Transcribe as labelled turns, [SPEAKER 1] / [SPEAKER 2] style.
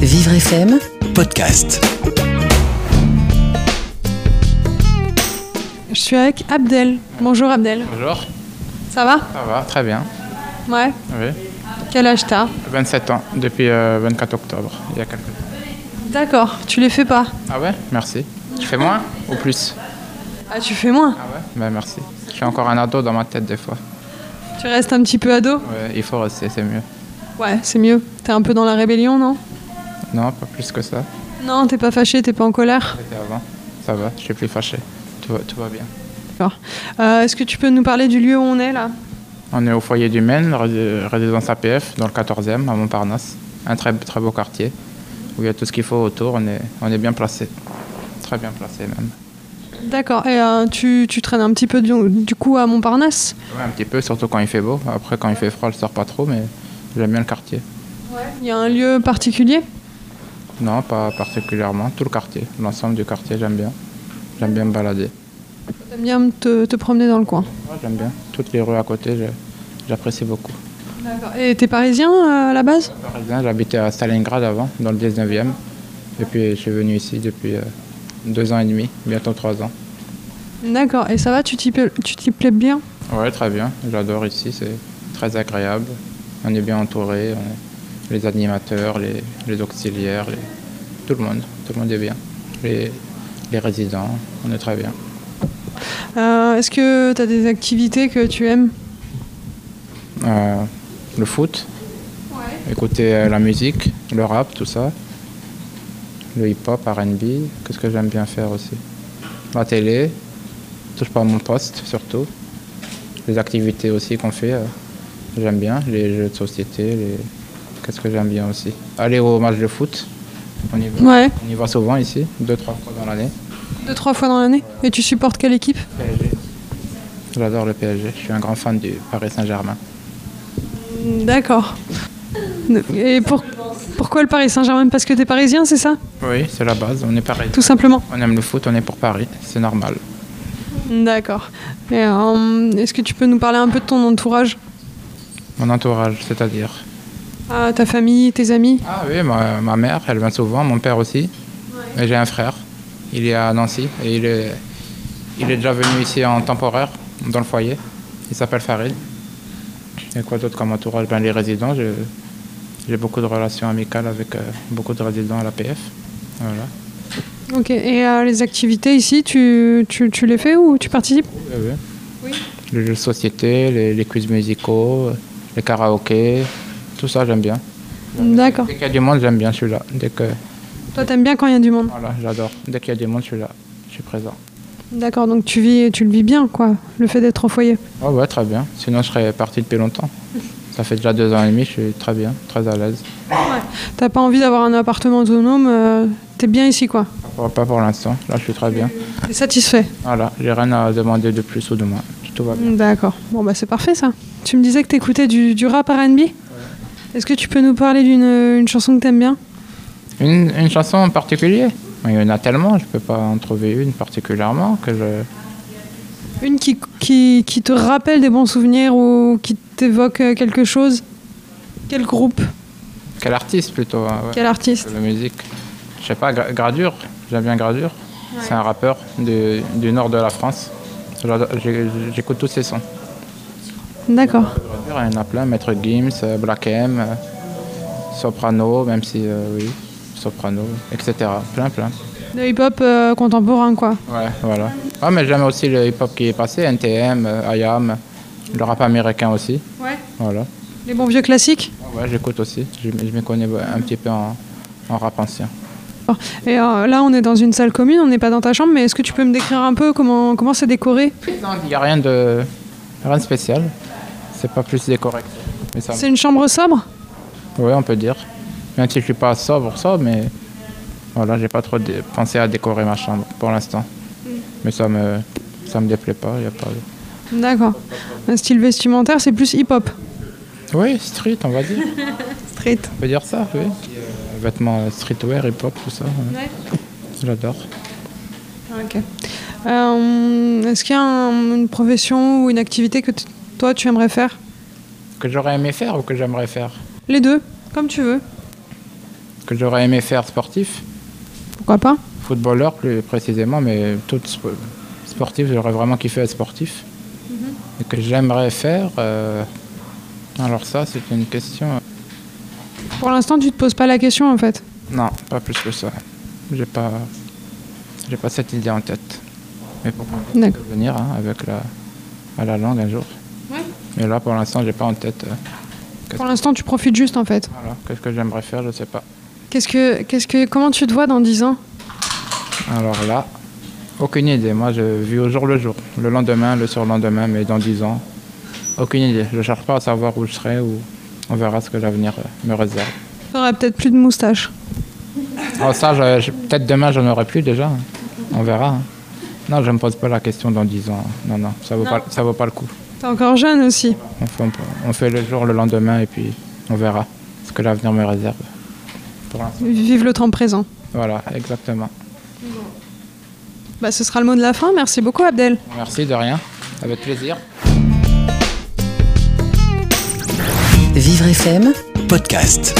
[SPEAKER 1] Vivre FM,
[SPEAKER 2] podcast.
[SPEAKER 3] Je suis avec Abdel. Bonjour Abdel.
[SPEAKER 4] Bonjour,
[SPEAKER 3] Ça va
[SPEAKER 4] ça va, très bien.
[SPEAKER 3] Ouais.
[SPEAKER 4] Oui.
[SPEAKER 3] Quel âge t'as
[SPEAKER 4] 27 ans, depuis euh, 24 octobre, il y a quelques
[SPEAKER 3] D'accord, tu les fais pas.
[SPEAKER 4] Ah ouais Merci. Tu fais moins ou plus
[SPEAKER 3] Ah, tu fais moins.
[SPEAKER 4] Ah ouais Ben merci. Je suis encore un ado dans ma tête des fois.
[SPEAKER 3] Tu restes un petit peu ado
[SPEAKER 4] Ouais, il faut rester, c'est mieux.
[SPEAKER 3] Ouais, c'est mieux. T'es un peu dans la rébellion, non
[SPEAKER 4] Non, pas plus que ça.
[SPEAKER 3] Non, t'es pas fâché, t'es pas en colère.
[SPEAKER 4] C'était avant. Ça va, je suis plus fâché. Tout va, tout va bien.
[SPEAKER 3] Euh, Est-ce que tu peux nous parler du lieu où on est là
[SPEAKER 4] On est au foyer du Maine, ré- résidence APF, dans le 14e, à Montparnasse. Un très, très beau quartier, où il y a tout ce qu'il faut autour. On est, on est bien placé. Très bien placé même.
[SPEAKER 3] D'accord, et euh, tu, tu traînes un petit peu du, du coup à Montparnasse
[SPEAKER 4] Ouais, un petit peu, surtout quand il fait beau. Après, quand il fait froid, je sors pas trop, mais j'aime bien le quartier.
[SPEAKER 3] Il y a un lieu particulier
[SPEAKER 4] Non, pas particulièrement. Tout le quartier, l'ensemble du quartier, j'aime bien. J'aime bien me balader.
[SPEAKER 3] T'aimes bien te, te promener dans le coin
[SPEAKER 4] Ouais, J'aime bien. Toutes les rues à côté, je- j'apprécie beaucoup.
[SPEAKER 3] D'accord. Et t'es parisien euh, à la base
[SPEAKER 4] Par exemple, J'habitais à Stalingrad avant, dans le 19e. Et puis, je suis venu ici depuis euh, deux ans et demi, bientôt trois ans.
[SPEAKER 3] D'accord, et ça va, tu t'y plais- tu t'y plais bien
[SPEAKER 4] Ouais, très bien. J'adore ici, c'est très agréable. On est bien entouré. on est- Les animateurs, les, les auxiliaires, les- tout le monde. Tout le monde est bien. Les, les résidents, on est très bien.
[SPEAKER 3] Euh, Est-ce que t'as des activités que tu aimes
[SPEAKER 4] Euh, le foot,
[SPEAKER 3] Ouais.
[SPEAKER 4] écouter euh, la musique, le rap, tout ça. Le hip-hop, RB. Qu'est-ce que j'aime bien faire aussi La télé, touche pas à mon poste surtout. Les activités aussi qu'on fait, euh, j'aime bien. Les jeux de société, les... qu'est-ce que j'aime bien aussi Aller au match de foot, on y va,
[SPEAKER 3] Ouais,
[SPEAKER 4] on y va souvent ici, deux, trois fois dans l'année.
[SPEAKER 3] deux, trois fois dans l'année. Et tu supportes quelle équipe
[SPEAKER 4] PSG. J'adore le PSG, je suis un grand fan du Paris Saint-Germain.
[SPEAKER 3] Mm, D'accord. Et pour- pourquoi le Paris Saint-Germain Parce que t'es parisien, c'est ça
[SPEAKER 4] Oui, c'est la base, on est pareil.
[SPEAKER 3] Tout simplement.
[SPEAKER 4] On aime le foot, on est pour Paris, c'est normal.
[SPEAKER 3] Mm, D'accord. Et, euh, Est-ce que tu peux nous parler un peu de ton entourage
[SPEAKER 4] Mon entourage, c'est-à-dire
[SPEAKER 3] Ah, Ta famille, tes amis
[SPEAKER 4] Ah oui, ma, ma mère, elle vient souvent, mon père aussi. Et j'ai un frère, il est à Nancy et il est, il est déjà venu ici en temporaire, dans le foyer. Il s'appelle Farid. Et quoi d'autre comme entourage ben, Les résidents, je- j'ai beaucoup de relations amicales avec euh, beaucoup de résidents à l'APF. Voilà.
[SPEAKER 3] Ok. Et euh, les activités ici, tu, tu, tu les fais ou tu participes
[SPEAKER 4] Oui, oui. Les jeux de société, les, les quiz musicaux, les karaokés, tout ça j'aime bien.
[SPEAKER 3] D'accord.
[SPEAKER 4] Dès qu'il y a du monde, j'aime bien, je suis là. Dès que,
[SPEAKER 3] Toi, t'aimes bien quand il y a du monde.
[SPEAKER 4] voilà, j'adore. Dès qu'il y a du monde, je suis là. Je suis présent.
[SPEAKER 3] D'accord, donc tu, vis, tu le vis bien, quoi, le fait d'être au foyer.
[SPEAKER 4] Ah ouais, très bien. Sinon, je serais parti depuis longtemps. Ça fait déjà deux ans et demi, je suis très bien, très à l'aise.
[SPEAKER 3] T'as pas envie d'avoir un appartement autonome, euh, t'es bien ici, quoi.
[SPEAKER 4] Pas- Pas pour l'instant, là, je suis très bien.
[SPEAKER 3] T'es satisfait.
[SPEAKER 4] Voilà, j'ai rien à demander de plus ou de moins. Tout va bien.
[SPEAKER 3] D'accord. Bon, bah c'est parfait ça. Tu me disais que t'écoutais du, du rap RB Est-ce que tu peux nous parler d'une une chanson que t'aimes bien
[SPEAKER 4] Une, une chanson en particulier Il y en a tellement, je peux pas en trouver une particulièrement que je.
[SPEAKER 3] Une qui, qui, qui te rappelle des bons souvenirs ou qui t'évoque euh, quelque chose Quel groupe
[SPEAKER 4] Quel artiste plutôt hein, ouais.
[SPEAKER 3] Quel artiste
[SPEAKER 4] La musique. Je sais pas, Gra- Gradure, j'aime bien Gradure. C'est un rappeur du, du nord de la France. J'adore- j'ai- J'écoute tous ses sons.
[SPEAKER 3] D'accord.
[SPEAKER 4] Il y en a plein, Maître Gims, euh, Black M, euh, Soprano, même si euh, oui, Soprano, etc. Plein, plein.
[SPEAKER 3] De hip-hop euh, contemporain, quoi.
[SPEAKER 4] Ouais, voilà. Ah, mais j'aime aussi le hip-hop qui est passé, NTM, euh, IAM, le rap américain aussi.
[SPEAKER 3] Ouais.
[SPEAKER 4] Voilà.
[SPEAKER 3] Les bons vieux classiques
[SPEAKER 4] Ah Ouais, j'écoute aussi. Je, je me connais un petit peu en, en rap ancien.
[SPEAKER 3] Et euh, là, on est dans une salle commune, on n'est pas dans ta chambre, mais est-ce que tu peux me décrire un peu comment comment c'est décoré
[SPEAKER 4] Non, il n'y a rien de, rien de spécial. C'est pas plus décoré. que ça. Mais ça,
[SPEAKER 3] C'est une chambre sobre
[SPEAKER 4] ouais, on peut dire. Même si je suis pas sobre, sobre, mais voilà, j'ai pas trop dé- pensé à décorer ma chambre pour l'instant. Mais ça me, ça me déplaît pas. Y a pas.
[SPEAKER 3] D'accord. Un style vestimentaire, c'est plus hip-hop.
[SPEAKER 4] Oui, street, on va dire.
[SPEAKER 3] Street.
[SPEAKER 4] on peut dire ça, oui. Euh, Vêtements euh, streetwear, hip-hop, tout ça. ouais.
[SPEAKER 3] Ouais.
[SPEAKER 4] J'adore.
[SPEAKER 3] Ok. Euh, Est-ce qu'il y a un- une profession ou une activité que t- toi tu aimerais faire
[SPEAKER 4] Que j'aurais aimé faire ou que j'aimerais faire
[SPEAKER 3] Les deux, comme tu veux.
[SPEAKER 4] que j'aurais aimé faire sportif,
[SPEAKER 3] Pourquoi pas
[SPEAKER 4] footballeur plus précisément, mais tout sp- sportif, j'aurais vraiment kiffé être sportif. Et que j'aimerais faire. euh, Alors, ça, c'est une question.
[SPEAKER 3] Pour l'instant, tu te poses pas la question en fait.
[SPEAKER 4] Non, pas plus que ça. J'ai pas, j'ai pas cette idée en tête. Mais pourquoi pas ça
[SPEAKER 3] D'accord.
[SPEAKER 4] peut venir hein, avec la, à la langue un jour.
[SPEAKER 3] Ouais.
[SPEAKER 4] Mais là, pour l'instant, j'ai pas en tête. euh,
[SPEAKER 3] Pour l'instant, tu profites juste en fait.
[SPEAKER 4] voilà, qu'est-ce que j'aimerais faire, je sais pas.
[SPEAKER 3] Qu'est-ce que, qu'est-ce que, comment tu te vois dans 10 ans
[SPEAKER 4] Alors là, aucune idée. Moi, je vis au jour le jour, le lendemain, le surlendemain, mais dans 10 ans, aucune idée. Je cherche pas à savoir où je serai ou on verra ce que l'avenir euh, me réserve.
[SPEAKER 3] T'auras peut-être plus de moustache.
[SPEAKER 4] Alors Ah, ça, je- je- peut-être demain, j'en aurai plus déjà. On verra. hein. Non, je me pose pas la question dans 10 ans. Non, non, ça vaut, Pas, ça vaut pas le coup.
[SPEAKER 3] T'es encore jeune aussi.
[SPEAKER 4] On fait, on fait le jour, le lendemain, et puis on verra ce que l'avenir me réserve. Pour l'instant.
[SPEAKER 3] Vive le temps présent.
[SPEAKER 4] Voilà, exactement.
[SPEAKER 3] Bah, ce sera le mot de la fin. Merci beaucoup, Abdel.
[SPEAKER 4] Merci de rien. Avec plaisir.
[SPEAKER 1] Vivre FM
[SPEAKER 2] podcast.